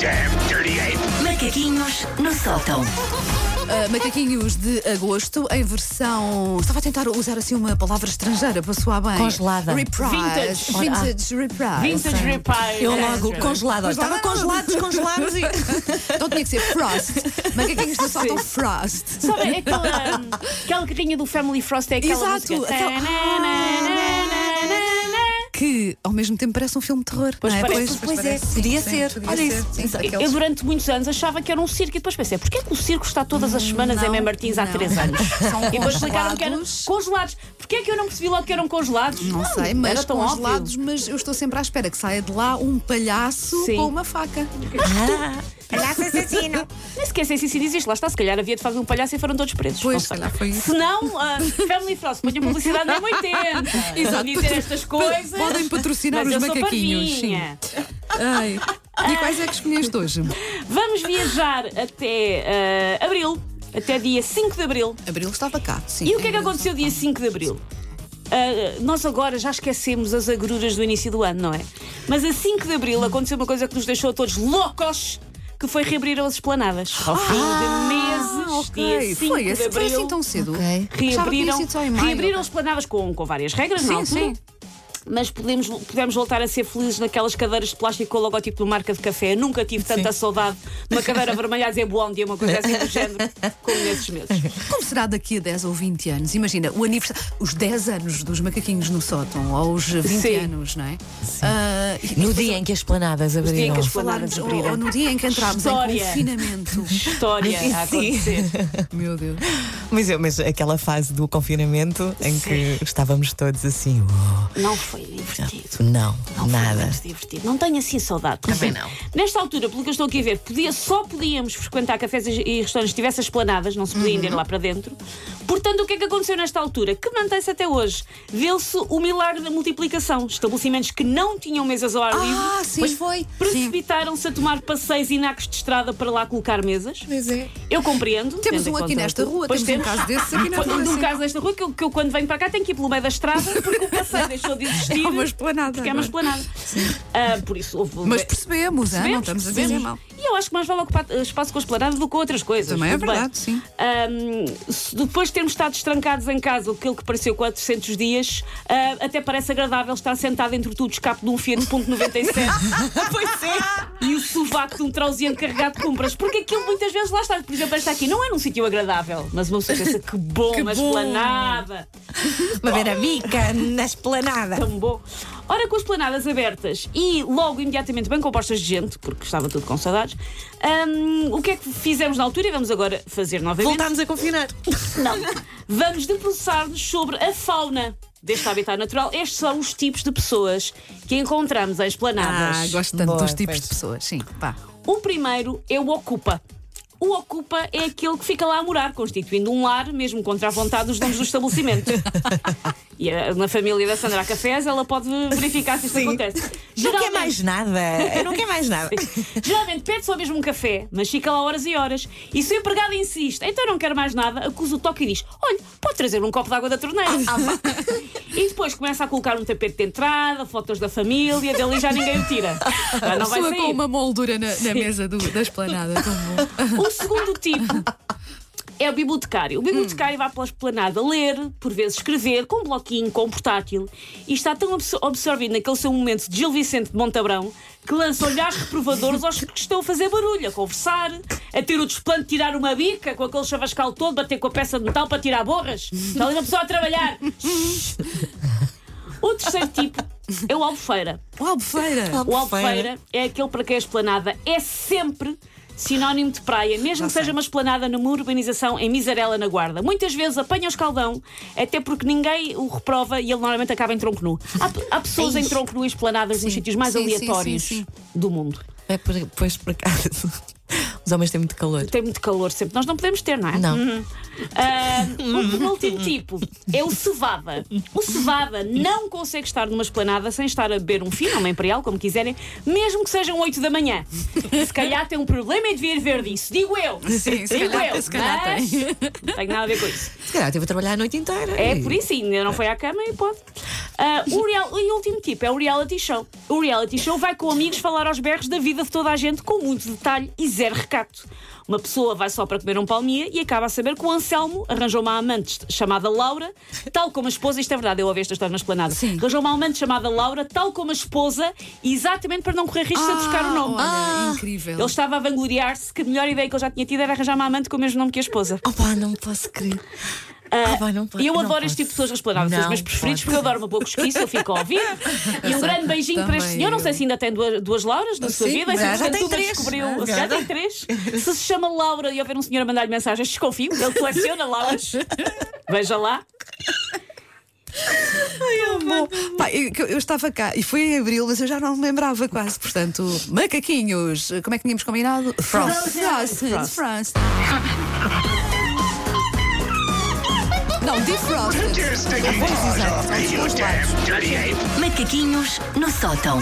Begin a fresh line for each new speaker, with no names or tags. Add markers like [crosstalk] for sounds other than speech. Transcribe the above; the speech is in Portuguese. damn dirty ape!
Macaquinhos no sótão.
Uh, macaquinhos de agosto em versão. Estava a tentar usar assim uma palavra estrangeira para soar bem.
Congelada.
Reprise.
Vintage.
Ora, ah. Vintage reprise.
Vintage Repay.
Eu logo congelado. Olha,
Congelado.
Estava congelado, descongelado e.
[laughs] Então tinha que ser Frost. Macaquinhos no sótão Frost.
Sabe aquela, aquela carrinha do Family Frost? É aquela
Exato, Então-
música.
aquela- Que ao mesmo tempo parece um filme de terror.
Pois
não é?
parece,
pois é,
parece.
podia
Sim,
ser.
podia
Olha
ser,
isso.
sim.
Isso,
Eu-
aqueles-
Eu durante muitos anos achava que era um circo e depois pensei, porquê é que o circo está todas as semanas em
não,
Mem Martins há
não.
três anos?
[laughs] São
e depois explicaram que eram
congelados.
congelados. Porquê é que eu não percebi logo que eram congelados?
Não sei,
era
mas
tão
congelados,
óbvio.
mas eu estou sempre à espera que saia de lá um palhaço
Sim.
com uma faca.
Palhaço assassino.
Nem sequer sei se isso existe. Lá está, se calhar havia de fazer um palhaço e foram todos presos.
Pois,
Não
se
sei.
calhar foi isso.
Se não, ah, Family Frost, ponham publicidade na
[laughs]
80. Exato. dizer estas coisas.
Podem patrocinar
Mas
os
eu sou
macaquinhos.
parvinha.
Ai. E quais é que escolheste hoje?
Vamos viajar até ah, abril, até dia 5 de abril.
Abril estava cá. Sim.
E o que é que aconteceu dia 5 de abril? Ah, nós agora já esquecemos as agruras do início do ano, não é? Mas a 5 de abril aconteceu uma coisa que nos deixou todos loucos. Que foi reabrir as esplanadas. Ao fim de meses,
Ah, Ok,
dia 5
foi,
de
assim,
abril.
foi assim tão cedo.
Ok.
Achava que tinha
Reabriram,
sido só em maio.
reabriram as planadas com, com várias regras,
Sim,
não?
sim.
Mas podemos, podemos voltar a ser felizes naquelas cadeiras de plástico com o logotipo de marca de café. Eu nunca tive tanta saudade de uma cadeira vermelha a dizer bom dia, uma coisa assim do género, como nesses
[laughs]
meses.
Como será daqui a 10 ou 20 anos? Imagina, o aniversário, os 10 anos dos macaquinhos no sótão, ou os 20
Sim.
anos, não é? Ah, e
No dia em que as planadas
dia em
é
abriram.
que as
falarmos,
planadas
ou,
abriram.
ou no dia em que entramos em
História.
confinamento.
[laughs] História a acontecer.
Meu Deus.
Mas, eu- mas aquela fase do confinamento em que estávamos todos assim, "Oh,
Não foi divertido.
não,
Não foi
nada.
muito divertido. Não tenho assim saudade. Também
não.
[laughs] Nesta altura, pelo que eu estou aqui a ver, podia- só podíamos frequentar cafés e e restaurantes que tivessem esplanadas, não se
Uhum.
podia ir lá para dentro. Portanto, o que é que aconteceu nesta altura? Que mantém-se até hoje. Vê-se o milagre da multiplicação. Estabelecimentos que não tinham mesas ao ar
Ah,
livre.
sim.
Pois foi.
Precipitaram-se a tomar passeios e nacos de estrada para lá colocar mesas.
Pois é.
Eu compreendo.
Temos
tendo em
um aqui
conta
nesta
tudo.
rua,
Pois
temos um caso desses
[laughs]
aqui na
Pois,
rua,
de um
sim.
caso nesta rua que eu, que eu quando venho para cá tenho que ir pelo meio da estrada porque o passeio deixou de existir.
[laughs] É uma esplanada
Porque é uma esplanada. Ah, por isso houve.
Mas percebemos, ah, não
Percebemos,
estamos a dizer
percebemos.
mal.
E eu acho que mais vale ocupar eh, espaço com a esplanada do que com outras coisas.
Também é
Tudo bem.
verdade, sim.
Ahm, se depois de termos estado estrancados em casa, aquilo que pareceu 400 dias, ah, até parece agradável estar sentado entre tudo, escape de um Fiat 1.97. pois é. E o sovaco de um trauzinho carregado de compras. Porque aquilo muitas vezes lá está. Por exemplo, esta aqui não é num sítio agradável, mas uma pessoa pensa que bom, uma esplanada
Uma verabica na esplanada.
tão bom. Ora, com as planadas abertas e logo imediatamente bem compostas de gente, porque estava tudo com saudades, hum, o que é que fizemos na altura e vamos agora fazer novamente?
Voltámos a confinar.
Não. Vamos debruçar-nos sobre a fauna deste habitat natural. Estes são os tipos de pessoas que encontramos em esplanadas.
Ah, gosto tanto
Boa,
dos tipos
pois.
de pessoas, sim. Pá.
O primeiro é o ocupa. O ocupa é aquele que fica lá a morar, constituindo um lar, mesmo contra a vontade dos donos
[laughs]
do estabelecimento. E eh, na família da Sandra há Cafés, ela pode verificar se isto acontece.
Não quer mais nada, eu não quero mais
[laughs]
nada.
[laughs] Geralmente pede só mesmo um café, mas fica lá horas e horas. E se o empregado insiste, então eu não quero mais nada, acusa o toque e diz: Olha, pode trazer um copo de água da torneira.
Ah,
[laughs] e depois começa a colocar um tapete de entrada, fotos da família, dali já ninguém
[laughs]
o tira. Já não vai
Pessoa
sair.
com uma moldura na, na mesa do- da esplanada. [laughs] Tão bom.
[laughs] O segundo tipo é o bibliotecário. O bibliotecário vai pela esplanada ler, por vezes escrever, com um bloquinho, com um portátil, e está tão absor- absorvido naquele seu momento de Gil Vicente de Montabrão que lança olhares reprovadores aos que estão a fazer barulho, a conversar, a ter o desplante de tirar uma bica com aquele chavascal todo, bater com a peça de metal para tirar borras. Está ali uma pessoa a trabalhar. O terceiro tipo é o albufeira.
O albufeira.
O Albufeira é aquele para quem a esplanada é sempre sinónimo de praia, mesmo que seja uma esplanada numa urbanização em Misarela, na Guarda. Muitas vezes apanha o escaldão, até porque ninguém o reprova e ele normalmente acaba em tronco nu. Há, há pessoas em tronco nu e esplanadas nos sítios mais
É sim, sim,
aleatórios
sim, sim.
do mundo.
É por- pois por acaso. Os homens têm muito calor.
Tem muito calor sempre. Nós não podemos ter, não é?
Não.
Uhum. Ah, o último tipo é o cevada. O cevada não consegue estar numa esplanada sem estar a beber um fino, uma imperial, como quiserem, mesmo que sejam 8 da manhã. Se calhar tem um problema e devia ver disso. Digo eu.
Sim, se
Digo
calhar,
eu.
se calhar
mas
tem.
Não tem nada a ver com isso.
Se calhar teve a trabalhar a noite inteira.
É
E-
por isso, ainda não foi à cama e pode. Ah, o real- e o último tipo é o reality show. O reality show vai com amigos falar aos berros da vida de toda a gente com muito detalhe e zero recato. Uma pessoa vai só para comer um palmia e acaba a saber que o Anselmo arranjou uma amante chamada Laura, tal como a esposa, isto é verdade, eu ouvi esta história na esplanada.
Sim.
Arranjou uma amante chamada Laura, tal como a esposa, exatamente para não correr riscos de trocar o nome.
olha, incrível.
Ele estava a vangloriar-se que a melhor ideia que ele já tinha tido era arranjar uma amante com o mesmo nome que a esposa.
Opa, não posso crer. Opa, não posso,
E Ah, eu
não
adoro este tipo de
posso.
pessoas resplanadas, são os
Não
meus
posso.
preferidos, porque eu adoro uma boa cosquice, eu fico a ouvir. E um grande beijinho para este
Também
senhor, não sei
eu.
se ainda tem duas, duas Lauras na sua
Sim,
vida, e se
já- já
portanto,
tem
uma
três.
descobriu.
Já-
Já tem três. Se se chama Laura e houver um senhor a mandar-lhe mensagens, desconfio, ele coleciona Lauras. Veja lá.
Bom, pá, eu, que eu- eu estava cá e foi em abril, mas eu já não me lembrava quase. Portanto, macaquinhos, como é que tínhamos combinado? France. France. France. Não, defrost.
Take your stinking paws off me, you damn dirty ape!
Macaquinhos no sótão.